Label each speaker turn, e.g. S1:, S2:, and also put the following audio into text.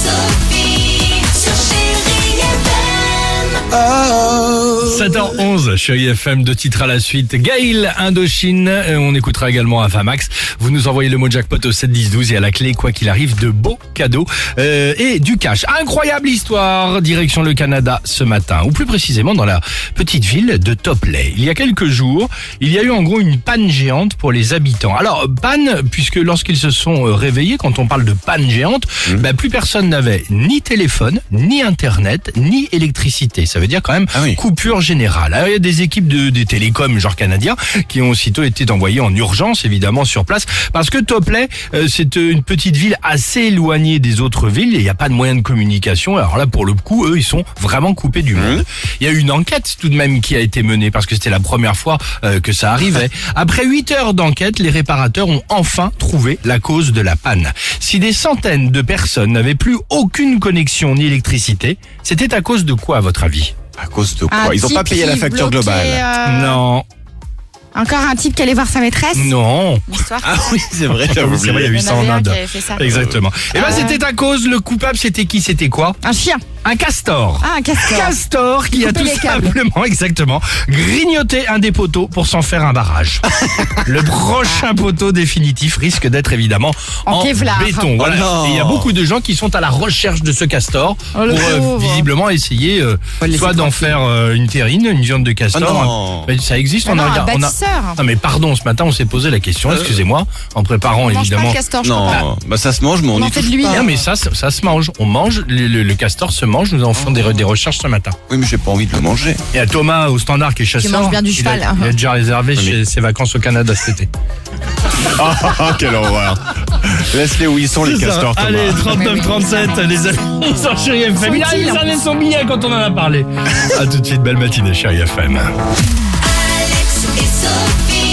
S1: Oh. 7h11, chérie FM, de titres à la suite. Gaël, Indochine, euh, on écoutera également Afamax. Vous nous envoyez le mot jackpot au 7 10 12 et à la clé, quoi qu'il arrive, de beaux cadeaux euh, et du cash. Incroyable histoire, direction le Canada ce matin, ou plus précisément dans la petite ville de Topley. Il y a quelques jours, il y a eu en gros une panne géante pour les habitants. Alors, panne, puisque lorsqu'ils se sont euh, réveillés, quand on parle de panne géante, bah, plus personne n'avait ni téléphone, ni internet, ni électricité. Ça veut dire quand même
S2: Ah oui.
S1: coupure générale. Alors, il y a des équipes de, des télécoms, genre canadiens, qui ont aussitôt été envoyées en urgence, évidemment, sur place, parce que Topley, euh, c'est euh, une petite ville assez éloignée des autres villes, et il n'y a pas de moyen de communication. Alors là, pour le coup, eux, ils sont vraiment coupés
S2: Mmh.
S1: du monde. Il y a eu une enquête tout de même qui a été menée, parce que c'était la première fois euh, que ça arrivait. Après 8 heures d'enquête, les réparateurs ont enfin trouvé la cause de la panne. Si des centaines de personnes n'avaient plus aucune connexion ni électricité, c'était à cause de quoi, à votre avis
S2: À cause de quoi
S3: Un
S2: Ils n'ont pas
S3: type
S2: payé la
S3: qui
S2: facture
S3: bloquait,
S2: globale.
S3: euh,
S1: Non,
S3: Encore un type qui allait voir sa maîtresse
S1: non.
S3: L'histoire.
S2: Ah oui, c'est vrai, j'avoue,
S1: Vous
S2: c'est
S1: savez,
S2: vrai.
S1: il y a eu
S3: Il y
S1: ça
S3: en
S1: en
S3: avait un
S1: Inde.
S3: qui avait fait ça.
S1: Exactement. Et ben
S3: Euh.
S1: c'était à cause, le coupable c'était qui, c'était quoi
S3: Un chien.
S1: Un castor.
S3: Ah, un castor.
S1: Castor qui a
S3: Couper
S1: tout
S3: les câbles.
S1: simplement, exactement, grignoté un des poteaux pour s'en faire un barrage. le prochain poteau définitif risque d'être évidemment en,
S3: En Kevlar.
S1: béton. Voilà.
S2: Oh non.
S1: Et Il y a beaucoup de gens qui sont à la recherche de ce castor
S3: Oh, le
S1: pour euh,
S3: pauvre.
S1: visiblement essayer euh,
S3: le laisser
S1: soit d'en faire euh, une terrine, une viande de castor.
S2: Oh
S1: Hein.
S2: non.
S1: Mais ça existe, on
S3: non,
S1: a,
S3: un
S1: on a-
S3: bâtisseur.
S1: Non mais pardon, ce matin on s'est posé la question,
S2: Euh.
S1: excusez-moi, en préparant
S3: On mange pas
S1: évidemment.
S3: le castor, je crois.
S2: Non, bah ça se mange, mais on,
S3: On en
S2: y
S3: fait
S2: touche
S3: de l'huile.
S2: pas.
S1: Non mais ça, ça, ça se mange. On mange, le, le- le castor se mange, nous en faisons des, re- des recherches ce matin.
S2: Oui, mais j'ai pas envie de le manger.
S1: Et à Thomas au standard qui est chasseur.
S3: manges bien du
S1: il a-
S3: cheval,
S1: Il a,
S3: hein.
S1: déjà réservé chez ses vacances au Canada cet été.
S2: Ah, quelle horreur Laisse-les où ils sont, les castors, Thomas.
S1: Allez, 39, 37, les amis, on sort chérie FM. Il a-
S3: utiles,
S1: il
S3: en
S1: en est son billet quand on en a parlé. À tout de suite, belle matinée chérie FM.
S4: Alex et Sophie.